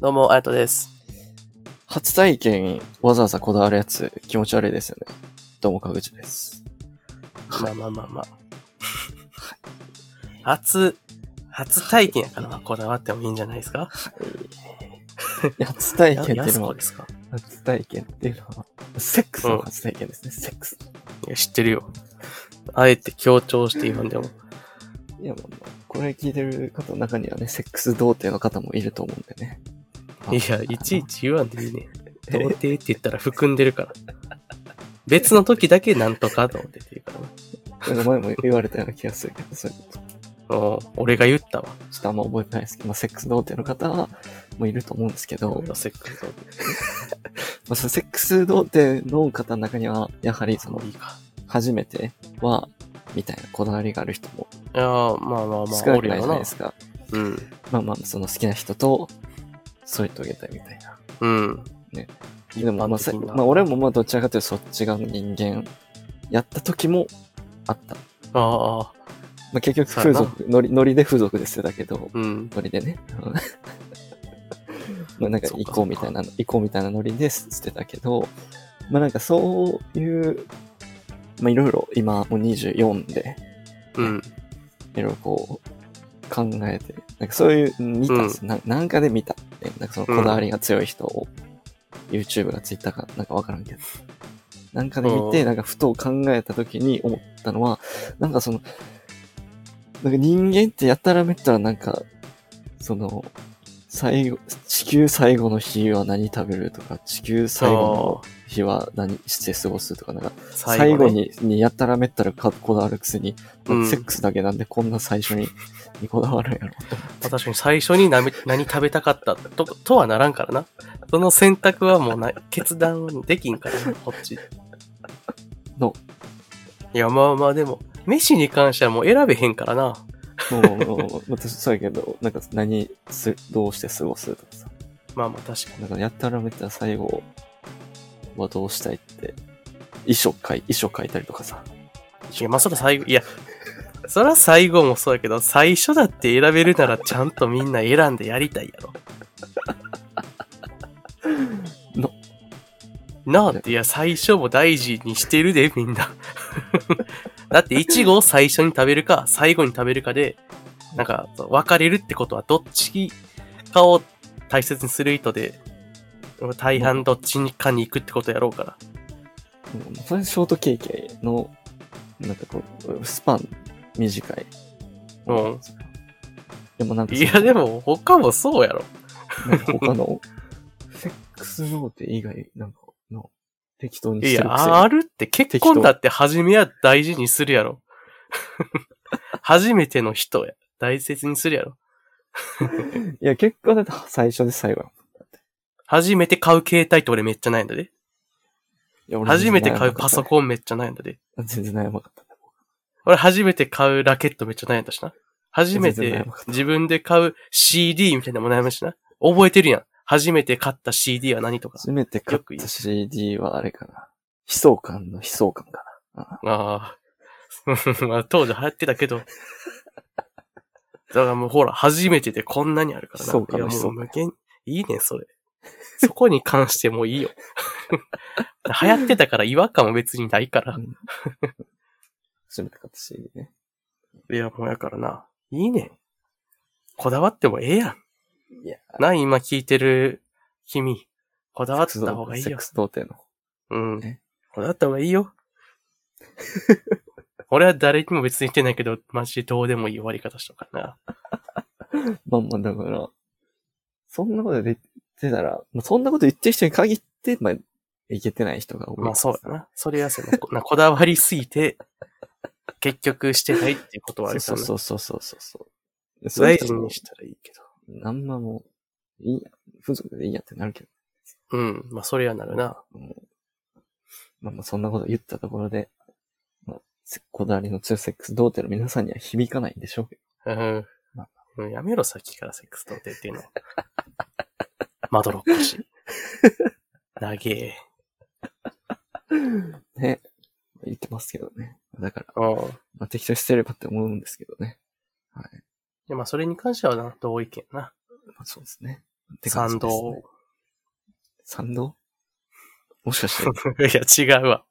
どうも、あやとです。初体験、わざわざこだわるやつ、気持ち悪いですよね。どうも、かぐちです。まあまあまあ まあ。初、初体験やから、まあこだわってもいいんじゃないですか初体 や験っていう安の子は、ですか初体験っていうのは、セックスの初体験ですね、セックス。いや、知ってるよ。あえて強調して言わんでも。いや、もう、これ聞いてる方の中にはね、セックス童貞の方もいると思うんでね。いや、いちいち言わんでいいね。 え童貞って言ったら含んでるから。別の時だけなんとかと思ってって言うから前も言われたような気がする けど、そういうこと。ちょな。もう、俺が言ったわ。っとあんま覚えてないですけど、まあ、セックス童貞の方もいると思うんですけど、まセックス童あ、そのセックス童貞の方の中には、やはりそ貞ものう、いいか。初めては、みたいなこだわりがある人もいやーまあまあま少あ、なおくるないよじゃないなで。すか。うん。まあまあ、その好きな人と添い遂げたいみたいな。うん。でも、まあ、せ一般的なまあ、俺もまあ、どちらかというとそっち側の人間、やった時もあった。ああああ、まあ、結局、そう風やな俗、ノリ、ノリで風俗ですよだけど、うん。ノリでね。 うんまあ、なんか、そう行かこうみたいな、行こうみたいなノリでしてたけど、まあ、なんかそういう、まあ、いろいろ、今、もう24で、うん。いろいろこう考えて、なんかそういう、見たんです、ななんかで見た、ね。なんかそのこだわりが強い人を、YouTube か Twitter かなんかわからんけど。なんかで見うて、んなんかふと考えた時に思ったのは、なんかその、なんか人間ってやったらめったらなんか、その、最後、地球最後の日は何食べるとか、地球最後の日は何して過ごすとか、なんか最後ね。ににやったらめったらかこだわるくせに、うんセックスだけなんでこんな最初ににこだわるんやろと。まあ確かに最初に何何食べたかったととはならんからな。その選択はもうな決断できんからな、こっち。の。いや、まあまあでも、飯に関してはもう選べへんからな。もうもう、私そうやけど、なんか何す、どうして過ごすとかさ。まあまあ確かに。なんかやったらめったら最後はどうしたいって、遺書書い、遺書書いたりとかさ。いや、まあそら最後、いや、そら最後もそうやけど、最初だって選べるならちゃんとみんな選んでやりたいやろ。のなあって、いや、最初も大事にしてるで、みんな。 だって、いちごを最初に食べるか、最後に食べるかで、なんか、分かれるってことは、どっちかを大切にする意図で、大半どっちかに行くってことやろうから。もうそれショートケーキの、なんかこう、スパン短い。うん。でもなんかそいの、や、でも、他もそうやろ。なんか他の、 セックスノーテ以外、なんか、の、適当にいしてやる、くせに。あるって結婚だって初めは大事にするや ろ。初めての人や。大切にするやろ。いや、結果だって 最初で最後やもん初めて買う携帯って俺めっちゃ悩んだで。いや俺初めて買うパソココンめっちゃ悩んだで。ン。全然悩まなかった。俺初めて買うラケットめっちゃ悩んだしな。初め全然て悩まなかった自分で買う CD みたいなのも悩むしな。覚えてるやん。初めて買った CD は何とか。初めて買っよく言たう CD はあれかな。悲壮感の悲壮感かああ。 まあ当時流行ってたけど。だからもうほら、初めてでこんなにあるからな。そうかいやもそううか無限、いいね、それ。そこに関してもういいよ。 流行ってたから違和感は別にないからうん。な。初めて買った CD ね。いや、もうやからな。いいね。こだわってもええやん。いや、な、今聞いてる君。こだわっセックスた方がいいセッよク。ス童貞の。うんね。こだわった方がいい よ。俺は誰にも別に言ってないけど、マジでどうでもいい終わり方したからな。まあまあ、だから、そんなこと言ってたら、まあ、そんなこと言ってる人に限って、まあ、いけてない人が多い。まあそうだな。それはそうやな こな。こだわりすぎて、結局してないっていうことはあるかそうらな。そうそうそうそうそう。そうい大う人事もにしたらいいけあんまもう、いいや、風俗でいいやってなるけど。ど。うん。まあそれはなるな。まあまあそんなこと言ったところで、まあ、せこだわりの強いセックス童貞の皆さんには響かないんでしょうけうんまあ。うんやめろ、さっきからセックス童貞っていうの。 まどろっこ しい。なげえ。どね。言ってますけどね。だから、うん。まあ、適当にしてればって思うんですけどね。でまあそれに関してはな、同意見な。まあ、そうですね。て感賛じです、同ね。。賛同もしかして、 いや、違うわ。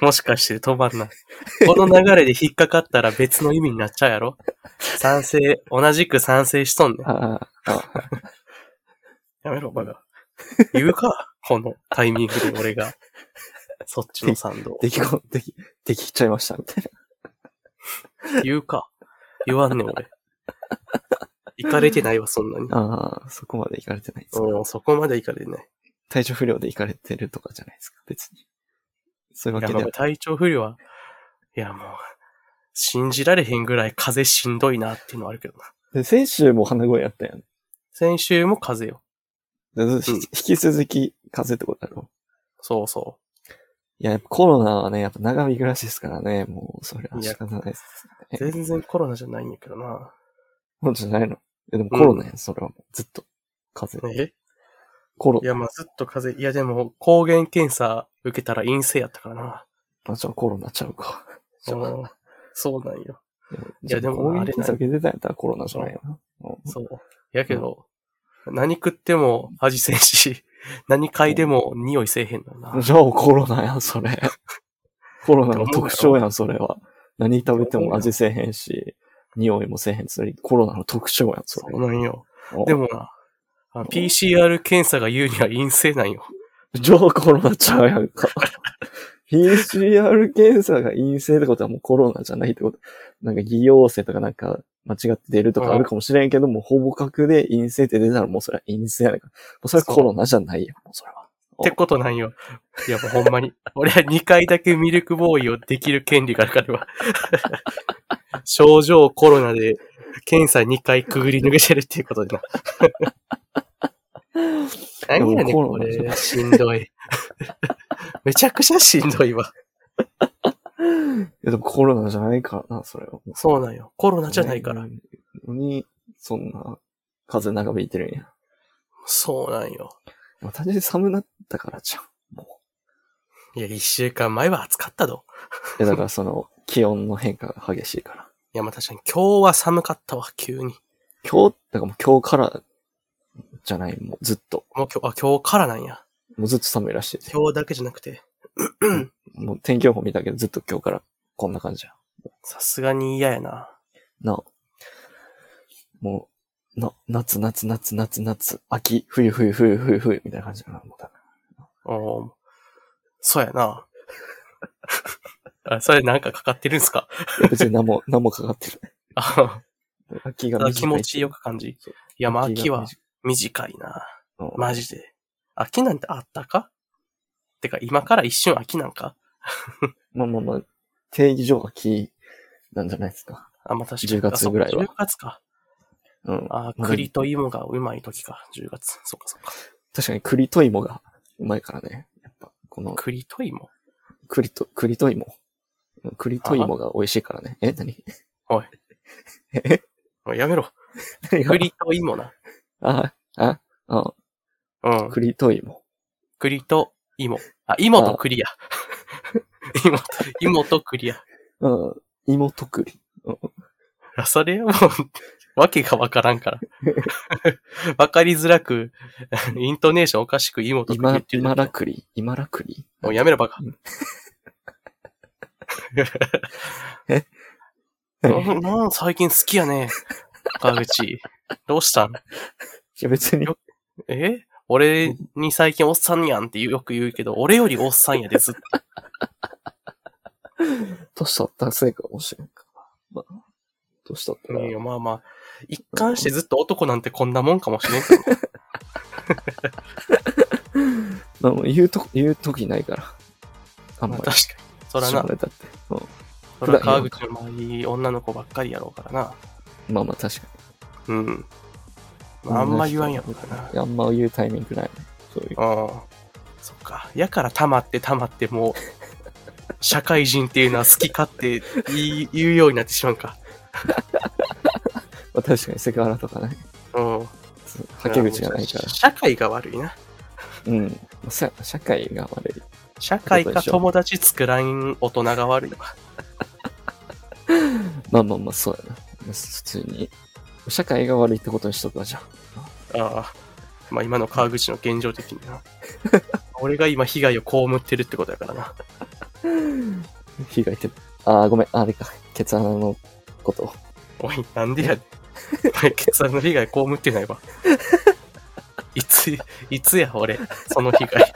もしかして止まんない。この流れで引っかかったら別の意味になっちゃうやろ賛成、同じく賛成しとんねん。ああ、あやめろ、バカ。言うか、このタイミングで俺が。そっちの賛同。できこ、でき、できちゃいました、みたい言うか。言わんねん、俺。行かれてないわ、そんなに。な。ああ、そこまで行かれてないですか。うん、そこまで行かれてない。体調不良で行かれてるとかじゃないですか、別に。そういうわいやけまであは。体調不良は、いや、もう、信じられへんぐらい風邪しんどいなっていうのはあるけどな。で先週も鼻声やったやん。先週も風邪よ。でずうん引き続き風邪ってことだろ。そうそういや、やっぱコロナはね、やっぱ長引くらしいですからね、もう、それはいや仕方ないです。う。全然コロナじゃないんやけどな。そうじゃないの。いやでもコロナやん、それはもう、ずっと。風邪。えコロいや、まあずっと風邪。いや、でも、抗原検査受けたら陰性やったからな。ナ、じゃあコロナちゃうか。じゃあうんそうなんよ。い じやゃあでも抗原検査受けてたんやったらコロナじゃないよな。うんそう。やけど、何食っても味せんし、 何嗅いでも匂いせえへんのよな。 じゃあコロナや ん、それ。コロナの特徴やん、それは。何食べても味せえへんし、匂いもせえへん。それコロナの特徴やん、そそれ。うなんよ。うんで、もな、あ PCR 検査が言うには陰性なんよ。じゃあコロナちゃうやんか。PCR 検査が陰性ってことはもうコロナじゃないってこと。なんか偽陽性とかなんか間違って出るとかあるかもしれんけど、もうほぼ確で陰性って出たらもうそれは陰性やねんから。もうそれはコロナじゃないやん、もうそれは。ってことなんよ。いや、もうほんまに。俺は2回だけミルクボーイをできる権利があるからわ。症状コロナで検査2回くぐり抜けてるっていうことでな。何やねん、もこうコロナじゃれ。しんどい。めちゃくちゃしんどいわ。いやでもコロナじゃないからな、それは。そうなんよ。コロナじゃないから。。に、そんな、風長引いてるんや。そうなんよ。でも単純に寒なったか らじゃん。もいや、一週間前は暑かったぞ。う。いやだからその、気温の変化が激しいから。いや、まあ確かに今日は寒かったわ、急に。今日、だからもう今日から、じゃない、もうずっと。もう今日、あ、今日からなんや。もうずっと寒いらしいですよ。今日だけじゃなくて。もう天気予報見たけど、ずっと今日からこんな感じや。さすがに嫌やな。なあ。もう、な、夏、夏、夏、夏、夏、秋、冬、冬、冬、冬、冬、みたいな感じかな。もうだおーそうやな。 あそれなんかかかってるんすかいや別に何も、何もかかってる。 あ秋が短い気持ちよく感じ。いそうや、まあ秋がは短い短いな。うんマジで。秋なんてあったかてか、今から一瞬秋なんかまあまあまあ、定義上秋なんじゃないですか。あ、まあ確か10月ぐらいはあそうか10月か。うん。あ、まだ栗と芋がうまい時か。10月。そっかそっか。確かに栗と芋がうまいからね。やっぱ、この栗と芋栗と、栗と芋。栗と芋が美味しいからね。え何おいやめろ。何が栗と芋な。あ、あ、あ、うん。栗と芋。栗と芋。あ、芋と栗や。 芋と、芋と栗や。うん。芋と栗。あそれはもう、わけがわからん から。わかりづらく、イントネーションおかしく芋と栗今っ、ていうだ今け。ら栗。今ら栗。もうやめろ、バカ。いななん最近好きやね。川口。どうしたんや別によ、え俺に最近おっさんやんってよく言うけど、俺よりおっさんやでずっと。年取ったせいかもしれんから。まあ、年取ったら。いやまあまあ、一貫してずっと男なんてこんなもんかもしれんけど。まあもう言うと、言うときないから。あんままあり。確か に。そらしなょうが、いだって。うそら川口の周り女の子ばっかりやろうからな。ん。まあまあ確かうん。に。まあ、あんま言わんやろうからな。いやあんま言うタイミングないね。そういう。うん。そっか。やから溜まって溜まって もう、社会人っていうのは好き勝手言い言うようになってしまうんか。まあ確かにセクハラとかね。うん。そうはけ口がないから。社会が悪いな。うん。まあ社社会が悪い。社会か友達作らん大人が悪いわ。まあまあまあ、そうやな。まあ普通に。社会が悪いってことにしとくわ、じゃあ。ああ。まあ今の川口の現状的 にな。俺が今被害を被ってるってことやからな。被害って、ああ、ごめん、あれか、ケツ穴のこと。おい、なんでやねん。お前、ケツさんの被害被ってないわ。いつ、いつや、俺、その被害。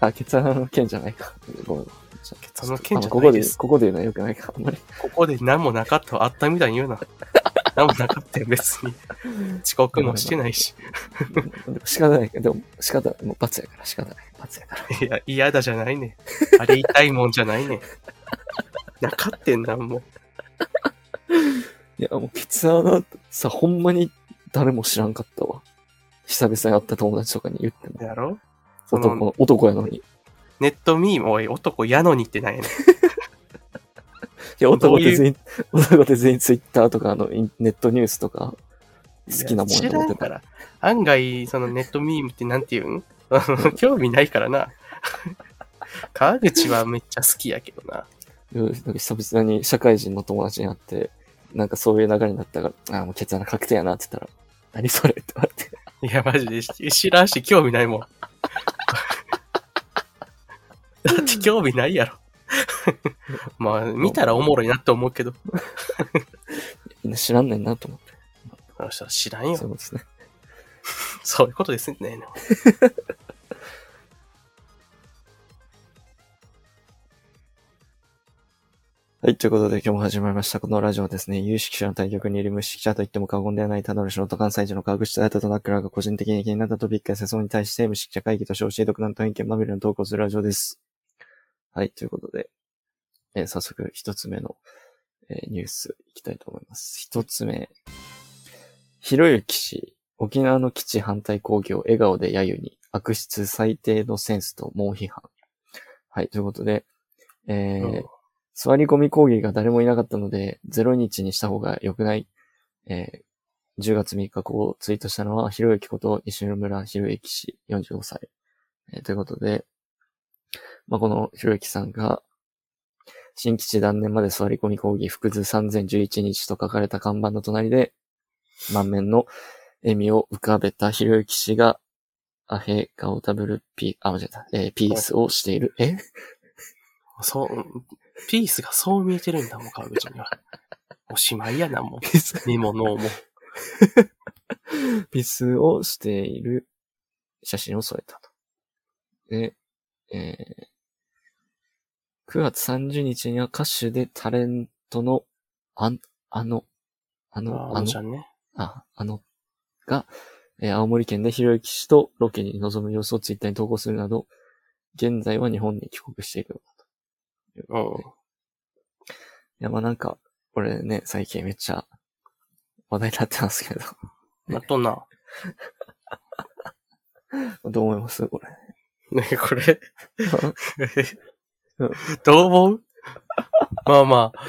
あ、ケツ穴の件じゃないか。ごめん。ケツ穴の件じゃないここでで、すここで言うのは良くないか、あんまり。 ここで何もなかったわあったみたいに言うな。何もなかったよ、別に。遅刻もしてないし。でも仕方ない。でも、仕方ない。もう罰やから、仕方ない。罰やから。いや、嫌だじゃないねん。あれ痛いもんじゃないねん。なかってんなんも。いや、もうケツ穴さ、ほんまに誰も知らんかったわ。久々に会った友達とかに言っても。やろその男の、男やのに。いネットミーも、おい、男やのにってないねん。や、ど男ういうで全員、 男で全員ツイッターとか、あの、インネットニュースとか、好きなもんや知とら思っんてかた。ら。案外、そのネットミームってなんて言うんあの興味ないからな。川口はめっちゃ好きやけどな。うんなんか久々に社会人の友達に会って、なんかそういう流れになったから、あーもうケツ穴確定やなって言ったら、何それって言われて。いや、マジでし 知らんし、興味ないもん。だ って興味ないやろ。 まあ、見たらおもろいなって思うけど。みんな知らんねんなと思って。あの人は知らんよそ。うですね。そういうことですね。はい、ということで今日も始まりました。このラジオはですね、有識者の対局にいる無識者と言っても過言ではないただの素人関西人の川口大太とナックラーが個人的に気になったトピックや世相に対して無識者会議と称して独断と偏見まみれの投稿するラジオです。はい、ということで、えー早速一つ目の、えーニュースいきたいと思います。一つ目、ひろゆき氏、沖縄の基地反対抗議を笑顔で揶揄に悪質最低のセンスと猛批判。はい、ということで、えーうん座り込み講義が誰もいなかったので、0日にした方が良くない。えー10月3日こうツイートしたのは、ひろゆきこと西村ひろゆき氏45歳。えーということで、まあ、このひろゆきさんが、新基地断念まで座り込み講義、複図3011日と書かれた看板の隣で、満面の笑みを浮かべたひろゆき氏が、アヘガオダブルピ、あ、間違えた、えーピースをしている。えそう、ピースがそう見えてるんだもん、川口には。 おしまいやな、もピースう。身も脳も。 ピスをしている写真を添えたと。で、えー9月30日には歌手でタレントの、あん、あの、 ああの、あのあのちゃ、んね。あ、あの、が、えー青森県でひろゆき氏とロケに臨む様子をツイッターに投稿するなど、現在は日本に帰国しているようだと。うんい。や、まあなんか、俺ね、最近めっちゃ話題になってますけど。 なっとんな。どう思いますこれ。ねえこ れ。どう思うまあまあ。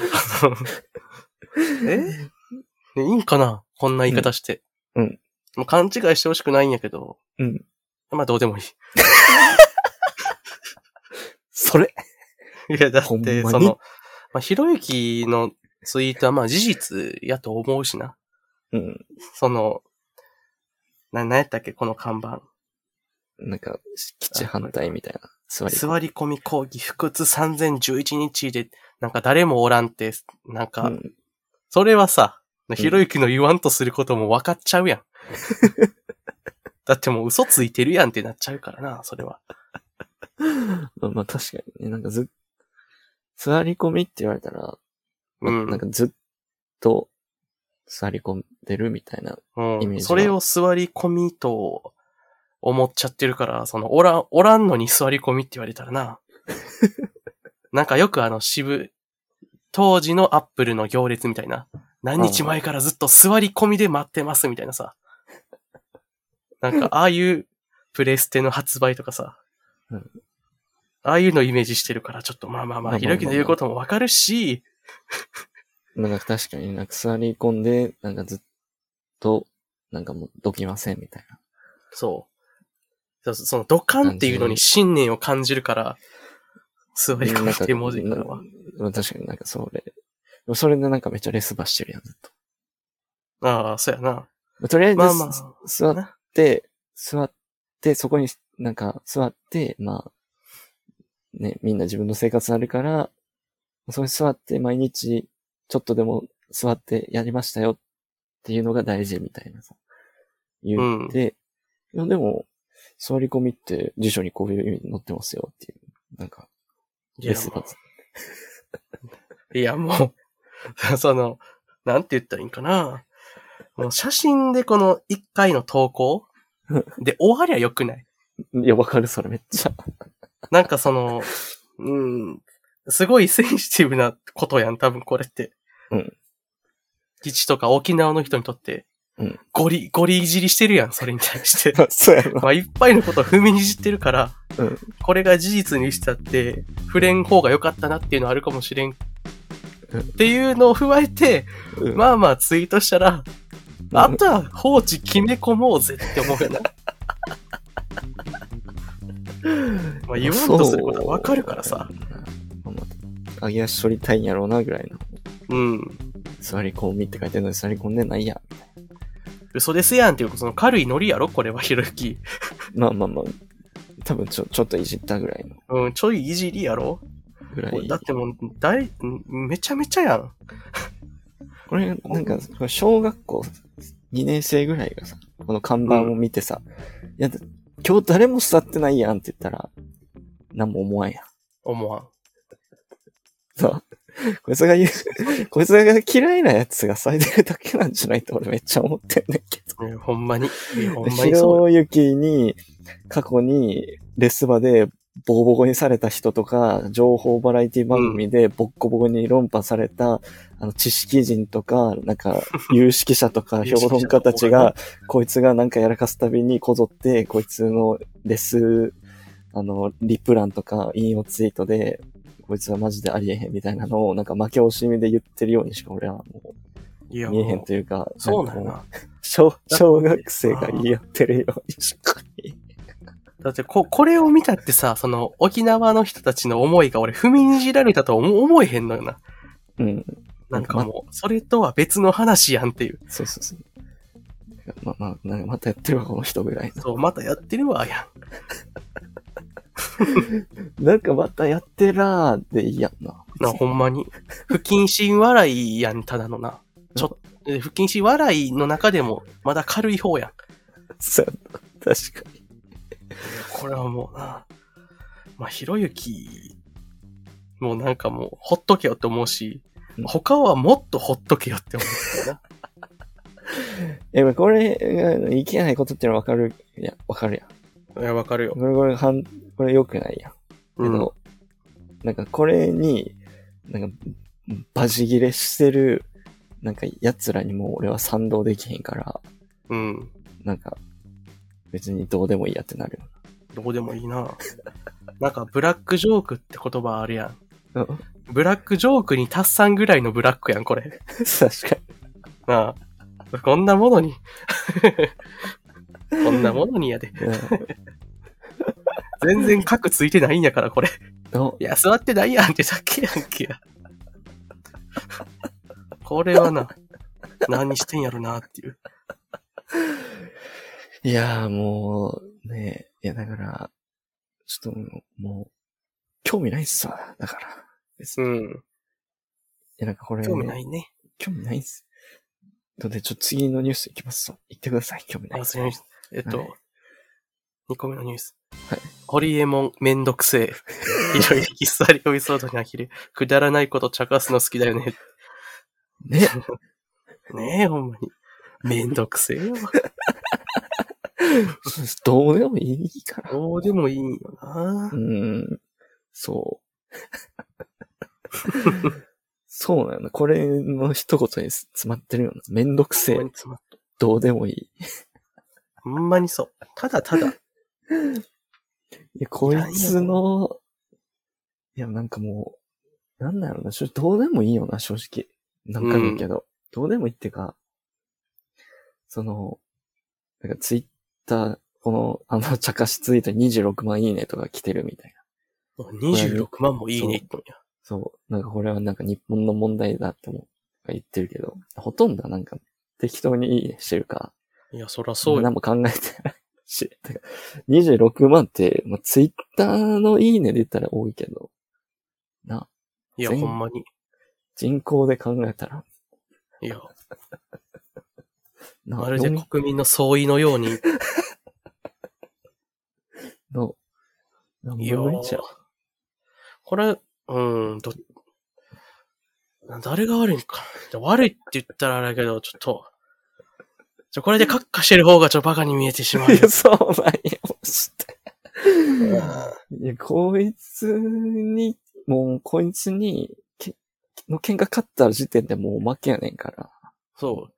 あのえいいんかなこんな言い方して。うんうんもう勘違いしてほしくないんやけど。うん。まあどうでもいい。それいや、だほっんまて、にその、まあ、ひろゆきのツイートはまあ事実やと思うしな。うん。その、な、なんやったっけこの看板。なんか、基地反対みたいな。座り。座り込み講義、不屈3011日で、なんか誰もおらんって、なんか、うんそれはさ、ひろゆきの言わんとすることも分かっちゃうやん。だってもう嘘ついてるやんってなっちゃうからな、それは。まあ、まあ確かにね、なんかずっ、座り込みって言われたら、まあうんなんかずっと座り込んでるみたいな。うんイメージはそれを座り込みと思っちゃってるから、その、おらん、おらんのに座り込みって言われたら な。なんかよくあの渋、当時のアップルの行列みたいな。何日前からずっと座り込みで待ってますみたいなさ。なんか、ああいうプレステの発売とかさうん。ああいうのイメージしてるから、ちょっとまあまあままあまああ、まあひろゆきの言うこともわかるし、まあ、なんか確かになんか座り込んで、なんかずっと、なんかもうどきませんみたいな。そう。そうそうそのドカンっていうのに信念を感じるから、座り込むっていう文字からは。まあ確かになんかそれ。でもそれでなんかめっちゃレスバしてるやん、ずっと。ああ、そうやな。まあとりあえず、まあまあす座って、座って、そこに、なんか、座って、まあ、ね、みんな自分の生活あるから、それ座って毎日、ちょっとでも座ってやりましたよっていうのが大事みたいなさ、言って、いやでも、座り込みって辞書にこういう意味で載ってますよっていう、なんか、いレやスバツ。いや、もう、 その、なんて言ったらいいんかな。もう写真でこの一回の投稿で終わりゃ良くないいや、わかる、それめっちゃ。なんかその、うん、すごいセンシティブなことやん、多分これって。うん。基地とか沖縄の人にとって、うんゴリ、ゴリいじりしてるやん、それに対して。そうや な。まあ、いっぱいのことを踏みにじってるから、うんこれが事実にしたって、触れん方が良かったなっていうのはあるかもしれん。うんっていうのを踏まえて、うんまあまあツイートしたら、うんあとは放置決め込もうぜって思う よな。まあ言わんとすることはわかるからさ。そう。まあ、上げ足取りたいんやろうなぐらいの。うん。座り込みって書いてるのに座り込んでないやん。嘘ですやんっていう、その軽いノリやろこれは、ひろゆき。まあまあまあ、多分ちょちょっといじったぐらいの。うん、ちょいいじりやろぐらいだ。ってもう、だい、めちゃめちゃやん。これ、なんか、これ小学校2年生ぐらいがさ、この看板を見てさ、いや、今日誰も座ってないやんって言ったら、何も思わんやん。思わん。そう。こいつが言う、こいつが嫌いなやつが咲いてるだけなんじゃないって俺めっちゃ思ってんねんけど。ねほんまに。いやほんまひにそうよ。ろゆきに、過去にレスバでボコボコにされた人とか、情報バラエティ番組でボッコボコに論破された、あの、知識人とか、な んか、有識者とか、有識評者論家たちが、こいつがなんかやらかすたびにこぞって、こいつのレス、あの、リプランとか、引用ツイートで、こいつはマジでありえへんみたいなのを、なんか負け惜しみで言ってるようにしか俺はもいやう見えへんというか、そうなんやかもな。小、小学生が言い合ってるようにしか見えへんだってこ、これを見たってさ、その、沖縄の人たちの思いが俺、踏みにじられたとは思思えへんのよな。うん。なんかもう、それとは別の話やんっていう。そうそうそう。まあまあ、なんかまたやってるわ、この人ぐらいの。そう、またやってるわ、やなんかまたやってらーでいいやんな。ん。な、ほんまに。不謹慎笑いやん、ただのな。ちょっと、え不謹慎笑いの中でも、まだ軽い方やん。 そう確かに。これはもうな、まあ、ひろゆき、もうなんかもう、ほっとけよって思うしうん、他はもっとほっとけよって思うよな。え、まあこれがいけないことっていうのはわかる、いや、わかるやん。いや、わかるよ。これ、これ、はん、これ良くないやん。うけん。ど、なんかこれに、なんか、バジ切れしてる、なんか奴らにも俺は賛同できへんから、うん。なんか、別にどうでもいいやってなるよどうでもいいな。なんか、ブラックジョークって言葉あるやん。な。うんブラックジョークに達さんぐらいのブラックやん、これ。 確なかあ。こんなものに。 こんなものにやで。に。全然核ついてないんやから、これ。うんおいや、座ってないやんってだけやんけや。これはな、何してんやろなっていう。いやーもう、ねえ、いやだから、ちょっともう、もう興味ないっすわ。だから。別うに。いん。や、なんかこれ、興味ないね。興味ないっす。ので、ちょっと次のニュースいきますと。言ってください。興味ないあ、っす。次のニュース。えっと、はい2個目のニュース。はいホリエモンめんどくせえ。 ひろゆきスタリオエピソードに飽きる。くだらないこと茶化すの好きだよね。ね。 ねえ、ほんまに。めんどくせえよ。 どうでもいいから。どうでもいいよなう。ーん。そう。 そうなの。これの一言に詰まってるような。めんどくせほんまえに。つまどうでもいい。ほんまにそう。ただただ。いや、こいつの、いや、なんかもう、なんだろうな、正直どうでもいいよな、正直。何回も言うけど、どうでもいいっていうか、その、なんかツイッター、この、あの、茶化しツイートに26万いいねとか来てるみたいな。 26万もいいね、言っとんや。そう。なんかこれはなんか日本の問題だっても言ってるけど、ほとんどはなんか適当にいいねしてるか、いや、そらそうよ何。も考えてないし。てか26万って、まあ、ツイッターのいいねで言ったら多いけど、な、いや、全ほんまに。人口で考えたら、いや、な、まるでどん国民の総意のように。の、何いや分の1や。これ、うん、ど、誰が悪いんか。悪いって言ったらあれだけど、ちょっと、ちょ、これでカッカしてる方がちょ、バカに見えてしまうよい。やそうなんや、知って。いや、こいつに、もう、こいつに、けの喧嘩勝った時点でもう負けやねんから、そう。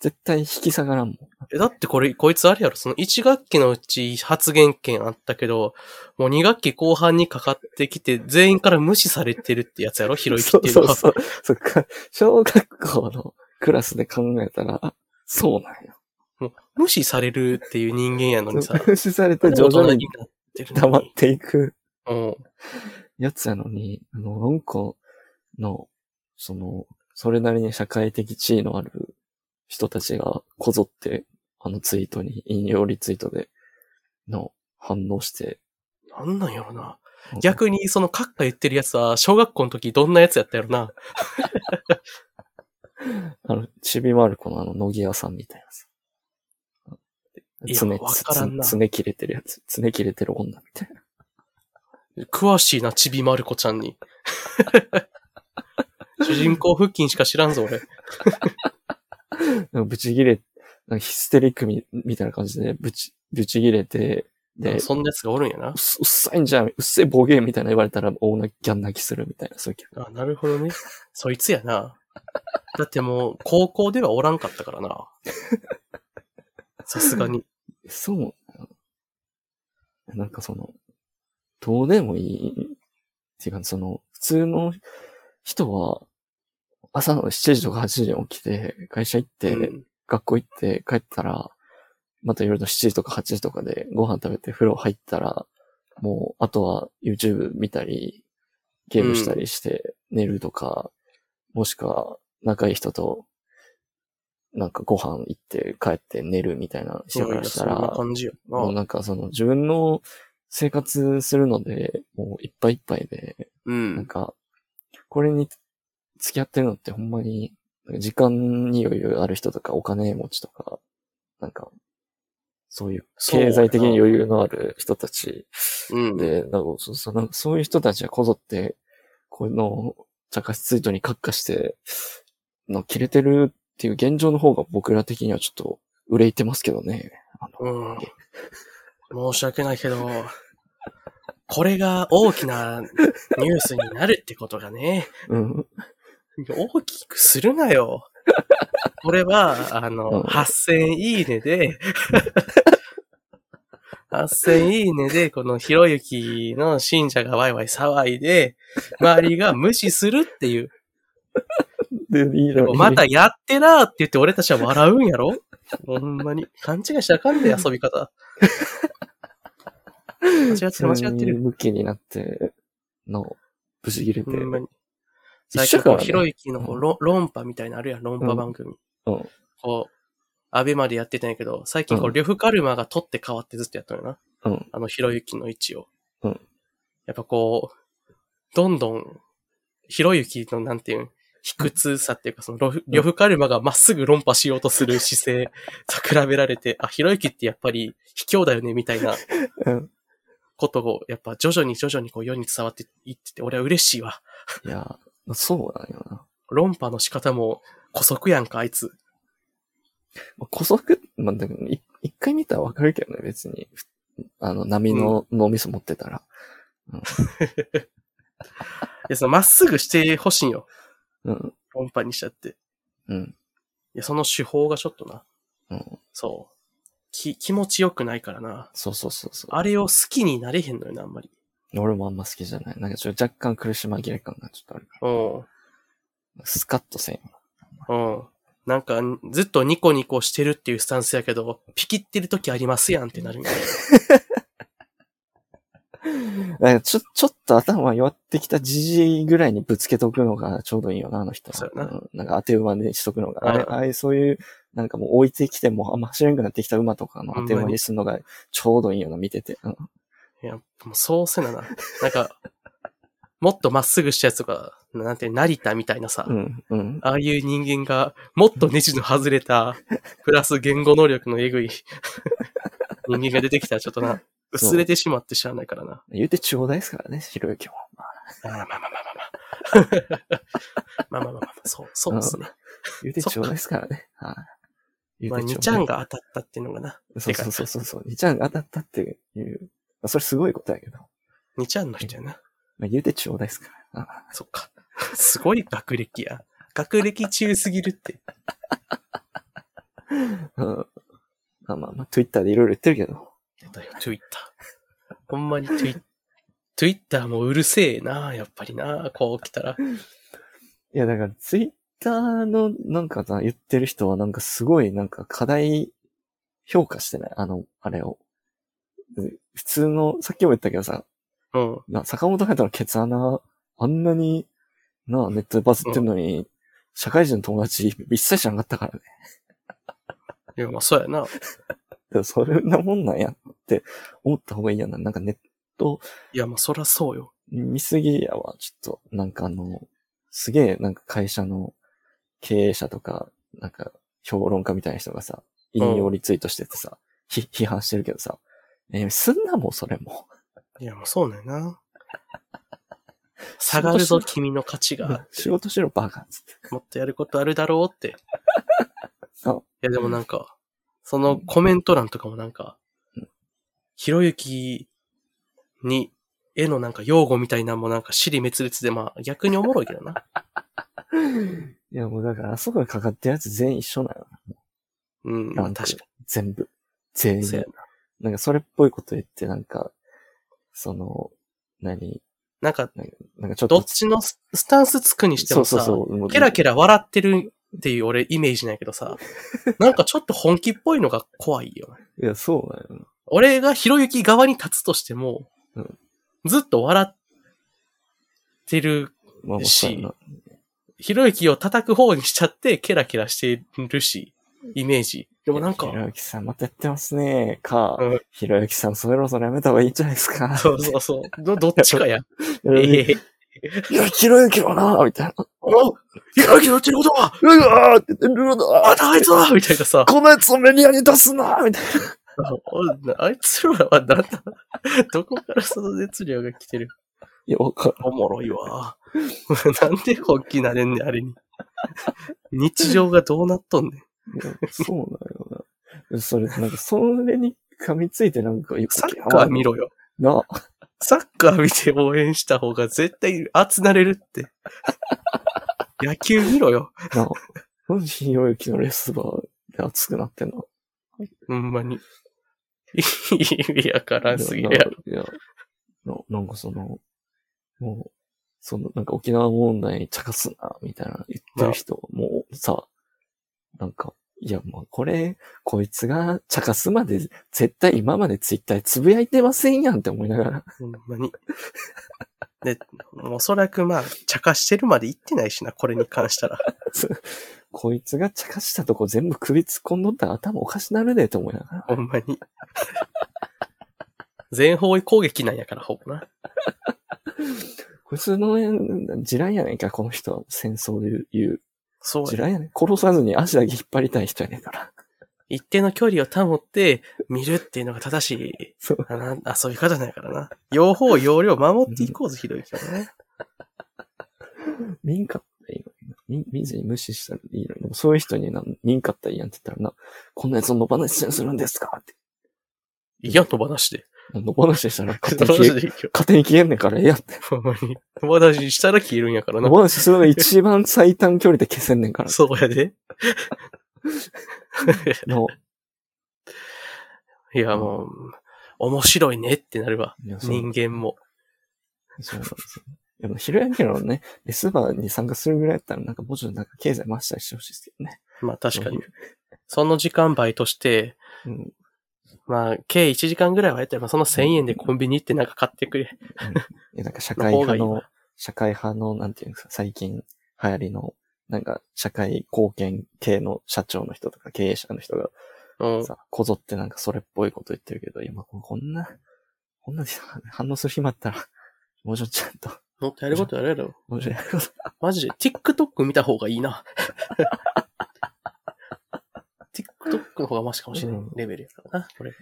絶対引き下がらんもん。え、だってこれ、こいつあれやろ、その1学期のうち発言権あったけど、もう2学期後半にかかってきて、全員から無視されてるってやつやろ、ひろゆきっていうのそうは。そうそう。そっか、小学校のクラスで考えたら、そうなんよ。無視されるっていう人間やのにさ、無視されて徐々になってるの黙っていくうん。やつやのに、あの、論考の、その、それなりに社会的地位のある人たちがこぞって、あのツイートに、引用リツイートで、の反応して、なんなんやろな。逆に、その、カッカ言ってるやつは、小学校の時どんなやつやったやろな。あの、ちびまる子のあの、野木屋さんみたいなさ。いやつね、わつからんなつね切れてるやつ。つね切れてる女みたいな。詳しいな、ちびまる子ちゃん に。主人公腹筋しか知らんぞ、俺。なんかブチギレ、なんかヒステリックみみたいな感じで、ブチ、ブチギレて、で、うっそんなやつがおるんやな。すうっさいんじゃん、うっせえ暴言みたいな言われたら、大泣き、ギャン泣きするみたいな、そういうキャラ。あ、なるほどね。そいつやな。だってもう、高校ではおらんかったからな。さすが に。そうなの。なんかその、どうでもいい、っていうか、その、普通の人は、朝の7時とか8時に起きて、会社行って、うん学校行って帰ったら、また夜の7時とか8時とかでご飯食べて風呂入ったら、もう、あとは YouTube 見たり、ゲームしたりして寝るとか、もしくは仲いい人と、なんかご飯行って帰って寝るみたいな人からしたいやいやらそんな、感じやな。もうなんかその自分の生活するので、もういっぱいいっぱいで、うなんん。か、これに付き合ってるのってほんまに、なんか時間に余裕ある人とかお金持ちとか、なんか、そういうそうや経な済的に余裕のある人たちうん。で、なんかそそのそういう人たちがこぞって、この、茶化しツイートにカッカして、の、切れてるっていう現状の方が僕ら的にはちょっと、憂いてますけどね。あのうん。申し訳ないけど、これが大きなニュースになるってことがね、うん。大きくするなよ。これは、あうの、ん8000いいねで、8000いいねで、このひろゆきの信者がワイワイ騒いで、周りが無視するっていう。で、いいのにまたやってなーって言って俺たちは笑うんやろほんまに。勘違いしたらあかんで、遊び 方。間違ってる間違ってる。向きになって、の、無事切れて。ほんまに。一最緒近かこらう、ねひろゆきのこう論論破みたいなのあるやん、論破番組。うん。こう、アベまでやってたんやけど、最近こうう、ん呂布カルマが取って変わってずっとやったのよな。うん。あの、ひろゆきの位置を。うんやっぱこう、どんどん、ひろゆきのなんていうん、卑屈さっていうか、その呂布、呂布カルマがまっすぐ論破しようとする姿勢と比べられて、あ、ひろゆきってやっぱり卑怯だよね、みたいな うん。ことを、やっぱ徐々に徐々にこう世に伝わっていってて、俺は嬉しいわ。いや、そうなんよな。論破の仕方も、古速やんか、あいつ。まあ、古速、まあ、でもい一回見たらわかるけどね、別に。ふあの、波の脳みそ持ってたら。いや、そのまっすぐしてほしいんよ。うん。論破にしちゃって。うん。いや、その手法がちょっとな。うん。そう。き、気持ちよくないからな。そうそうそうそう。あれを好きになれへんのよな、あんまり。俺もあんま好きじゃない。なんかちょっと若干苦し紛れ感がちょっとあるかうん。ら。スカッとせんよ。うん。なんか、ずっとニコニコしてるっていうスタンスやけど、ピキってる時ありますやんってなるみたいな。なんかちょ、ちょっと頭弱ってきたじじいぐらいにぶつけとくのがちょうどいいよな、あの人は。、そうやなんなんか当て馬にしとくのが。あれ、うんああいうそういう、なんかもう置いてきても、あんま走れなくなってきた馬とかの当て馬にするのがちょうどいいよな、見てて。うんいや、もうそうせなな。なんか、もっとまっすぐしたやつとか、なんて、成田みたいなさ、うん、うん。ああいう人間が、もっとネジの外れた、プラス言語能力のえぐい人間が出てきたらちょっとな、薄れてしまって知らないからな。言うて中央大ですからね、白雪も。まああーまあまあまあまあまあ。まあまあまあまあ、そう、そうですね。言うて中央大ですからね。はい、言まあ、うてにちちょうゃだんい。が当たったっていうのがな、そうそうそうそうそう。にちゃんが当たったっていう。まあ、それすごいことやけど。にちゃんの人やな。まあ、言うて中央大ですから。あそっか。すごい学歴や。学歴中すぎるって。うん。まあまあまあ、Twitter でいろいろ言ってるけど。出たよ、Twitter。ほんまに Twi- Twitter もうるせえな、やっぱりな、こう来たら。いや、だから、ツイッターの、なんかさ、言ってる人は、なんかすごい、なんか課題、評価してないあの、あれを。うん普通の、さっきも言ったけどさ、うん。な坂本海人のケツ穴、あんなに、なあ、ネットでバズってんのに、社会人の友達、一切知らなかったからね。いや、まあそうやな。でもそんなもんなんやって思った方がいいやな。なんかネット、いや、まあそらそうよ。見すぎやわ、ちょっと、なんかあの、すげえ、なんか会社の経営者とか、なんか評論家みたいな人がさ、ん引用リツイートしててさ、ひ批判してるけどさ、えーすんなもん、それも。いや、まあそうだよ な。下がるぞ、君の価値が。 仕事しろ、バカっつって。もっとやることあるだろうって。いそや、でもなんか、そのコメント欄とかもなんかうん、ひろゆきに、絵のなんか用語みたいなのもなんか尻滅裂で、まあ逆におもろいけど な。いや、もうだから、あそこにかかってるやつ全員一緒なの。うん、まあ確か全部。全に。員そう。やな。なんか、それっぽいこと言って、なんか、その、何なんか、なんかちょっと。どっちのススタンスつくにしてもさ、そうそうそう。もうケラケラ笑ってるっていう俺イメージないけどさ、なんかちょっと本気っぽいのが怖いよ。いや、そうなのよ。俺がひろゆき側に立つとしても、うんずっと笑ってる、まあまあ、しそうやな。ひろゆきを叩く方にしちゃってケラケラしてるし、イメージ。でもなんかひ、ろゆきさんまたやってますね。かうん、ひろゆきさんそろそろやめた方がいいんじゃないです か。そうそうそう。ど、どっちかや。いええや、ひろゆきはなみたいな。おひろゆきの言ってることはうわーって言ってるまなたあいつはみたいなさ。このやつをメディアに出すなみたいな。おあいつらはなんだどこからその熱量が来てるいや、わかる。おもろいわ。 なんで本気なれんねん、あれに。日常がどうなっとんねん。いや そうなのよな。それ、なんか、それに噛みついてなんか、サッカー見ろよ。なサッカー見て応援した方が絶対熱なれるって。野球見ろよ。ななんでひろゆきのレスバーで熱くなってんのほんまに。意味やからんすぎるいやろ。いや、ななんかその、もう、その、なんか沖縄問題に茶化すな、みたいな言ってる人、もうさ、なんか、いや、まあこれ、こいつが茶化すまで、絶対今までツイッターでつぶやいてませんやんって思いながら。ほんまに。で、おそらくまあ、茶化してるまで行ってないしな、これに関したら。 こいつが茶化したとこ全部首突っ込んどったら頭おかしなるでって思いながら。ほんまに。全方位攻撃なんやから、ほぼな。こいつの、えー地雷やねんから、この人は戦争で言う。そう地や雷やねん。殺さずに足だけ引っ張りたい人やねんから。一定の距離を保って見るっていうのが正しいそう。あな遊び方なんやからな。用法、用量守っていこうぜ、ひどいからね。民家っていいのにな。民民事に無視したらいいのに。でもそういう人にな、民家ったらいいやんって言ったらな、こんなやつを野放しにするんですかって。いや、友達で。野放しにしたら勝手友に消達え、でいいよ。勝手に消えんねんからええやんって。ほんまに。友達したら消えるんやから野な。放しするの一番最短距離で消せんねんから。そうや で。のいや、もう、面白いねってなるわ。いやそう人間も。そうなんですよ。でも、ひろやきのね、レスバーに参加するぐらいだったら、なんかもうちょっとなんか経済回したりしてほしいですけどね。まあ確かにう。その時間バイトして、うん。まあ、計1時間ぐらいはやったら、まあ、その1000円でコンビニ行ってなんか買ってくれ。え、なんか社会派の方がいいの、社会派の、なんていうんですか、最近流行りの、なんか社会貢献系の社長の人とか経営者の人がうん。さ、こぞってなんかそれっぽいこと言ってるけど、今ここんな、こんなに反応する暇あったら、もうちょっとちゃんと、もっとやることやるやろ。もうちょっとやることマジで、TikTok 見た方がいいな。TikTok の方がマシかもしれないうんレベルやからな、これ。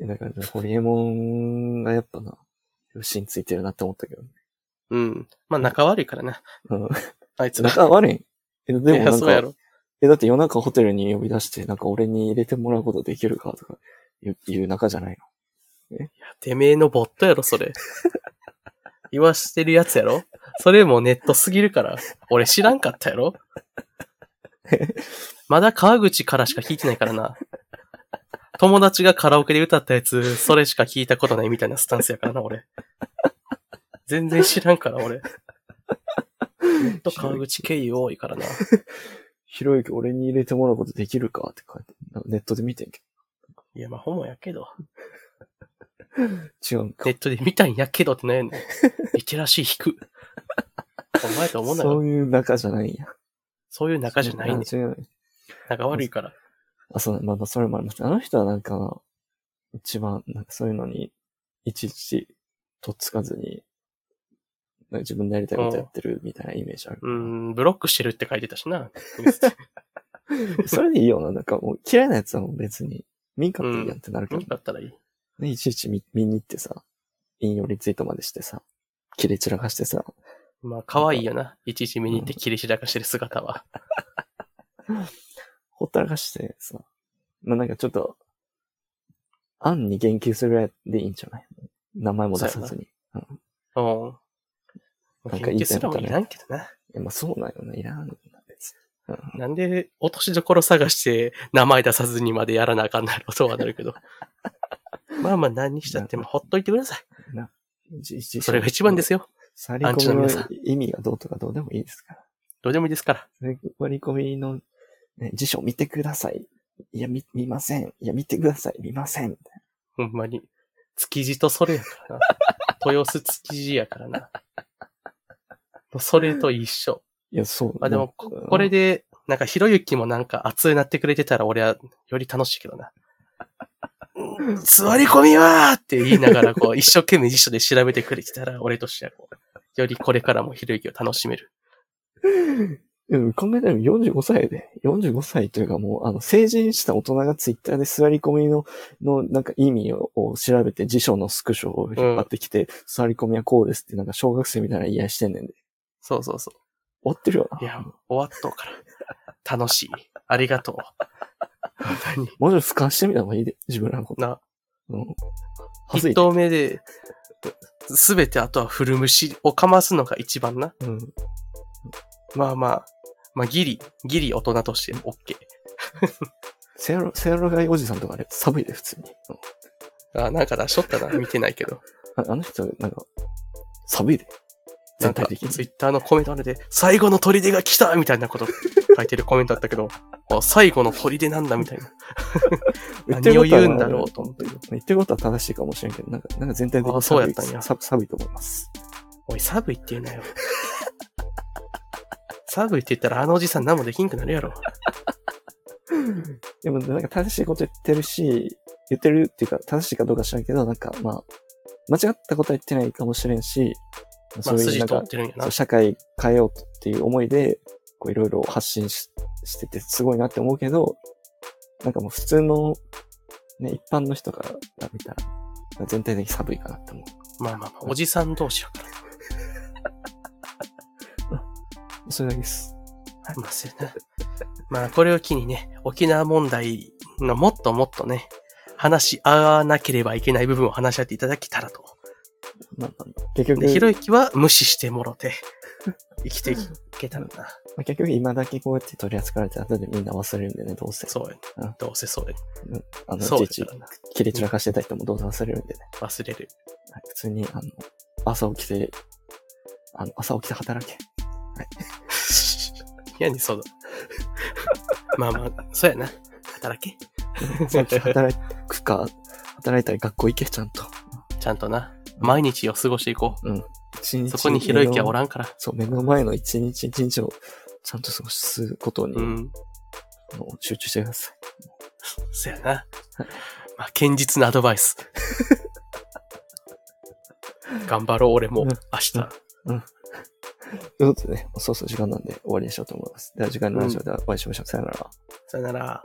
えだから、ホリエモンがやっぱな、芯ついてるなって思ったけどね。うん。まあ、仲悪いからな。うん。あいつら。仲悪いえ、でもいなやんそうやか、ろ。え、だって夜中ホテルに呼び出して、なんか俺に入れてもらうことできるかとか言う、言う仲じゃないてめえのボットやろ、 それ。言わしてるやつやろそれもネットすぎるから。俺知らんかったやろまだ川口からしか聞いてないからな。友達がカラオケで歌ったやつ、それしか聞いたことないみたいなスタンスやからな、俺。全然知らんから、俺。ネット川口経由多いからな。ひろゆき俺に入れてもらうことできるかって書いて、なんかネットで見てんけいや、まあ、ホモやけど。ど。違うんかネッ。トで見たんやけどって悩んで。リテラシー低く。お前と思うなそよ。ういう仲じゃないんや。そういう仲じゃないねん。あ違う仲悪いから。あ、そうまあまあ、それもあります。あの人はなんかな、一番、なんかそういうのに、いちいち、とっつかずに、なんか自分でやりたいことやってるみたいなイメージある。うん、ブロックしてるって書いてたしな。 それでいいよな。なんかもう嫌いなやつはもう別に、見んかったらいいやんってなるけど、何だったらいい。ね、いちいち見見に行ってさ、引用リツイートまでしてさ、切れ散らかしてさ、まあ、可愛いよな。いちいち見に行って切り開かしてる姿は。ほったらかしてさ、まあ、なんかちょっと、案に言及するぐらいでいいんじゃない名前も出さずに。うん。なん研かいい究すらもいらんけどな。いやまあそうなんよね。いらんよな、別に。うんなんで、落としどころ探して、名前出さずにまでやらなあかんなることはなるけど。まあまあ、何にしたっても、ほっといてください。そそ。れが一番ですすよ。サリコミの意味がどうとかどうでもいいですから。どうでもいいですから。割り込みの、ね、辞書見てください。いや、見、見ません。いや、見てください。見ません。みたいほんまに。築地とそれやからな。豊洲築地やからな。それと一緒。ないや、そう。まあでも、ここれで。で、なんか、ひろゆきもなんか熱くなってくれてたら俺はより楽しいけどな。うん座り込みはーって言いながら、 こう、一生懸命辞書で調べてくれてたら、俺としてはこう、よりこれからもひろゆきを楽しめる。うん、考えたら45歳やで。45歳というかもう、あの、成人した大人がツイッターで座り込みの、の、なんか意味をを調べて辞書のスクショを引っ張ってきて、座り込みはこうですって、なんか小学生みたいな言い合いしてんねんで。そうそうそ終わってるよな。う。いや、終わっとうから。楽しい。ありがとう。本もうちょっと俯瞰してみた方がいいで、自分らのこ当と。にな、うん。はず一いて。投目で、すべてあとは古虫をかますのが一番な。うん。まあまあ、まあギリ、ギリ大人として OK。せやろ、せやろがいおじさんとかあれ、寒いで、普通に。うんあ、なんか出しとったな。見てないけど。ああの人、なんか、寒いで。な全ん体か、的ツイに。ッターのコメントあれで、最後の砦が来たみたいな こと書いてるコメントあったけど、あ最後の砦なんだみたいな。何を言うんだろうと思ってる。言ってることは正しいかもしれんけど、なんか、なんか全体的あにそうや寒っいたんやさ寒いと思います。おい、サブイって言う なよ。サブイって言ったらあのおじさん何もできんくなるやろ。でも、なんか正しいこと言ってるし、言ってるっていうか、正しいかどうか知らんけど、なんか、まあ、間違ったことは言ってないかもしれんし、まあ、筋通ってるんやそなう。社会変えようっていう思いで、こういろいろ発信ししててすごいなって思うけど、なんかもう普通の、ね、一般の人から見たら、全体的に寒いかなって思う。まあまあまあ、おじさん同士やから。それだけです。まあ、そうやなまあ、これを機にね、沖縄問題のもっともっとね、話し合わなければいけない部分を話し合っていただけたらと。まあまあまあ結局で、、ひろゆきは無視してもろて、生きていけたらな。まあ、結局今だけこうやって取り扱われて、後でみんな忘れるんでね、どうせ。そうやうん。どうせそうや。あの、そういやちいからちな。切り散らかしてた人もどうせ忘れるんでね。忘れる。 はい普通に、あの、朝起きて、あの、朝起きて働け。いやに そうだ。 まあまあ、そうやな。働け。朝起きて働くか、 働いたり学校行け、ちゃんと。ちゃんとな。毎日を過ごしていこ一う。日そこにひろゆきはおん。らんから。そう、目の前の一日一日をちゃんと過ごすことに、うん。あの集中してください。そやな。まあ、堅実なアドバイ ス。頑張ろう、俺も。うん明日。ということでね、もうそろそろ時間なんで終わりにしようと思います。では、次回のラジオではお会いしましょう。さよなら。さよなら。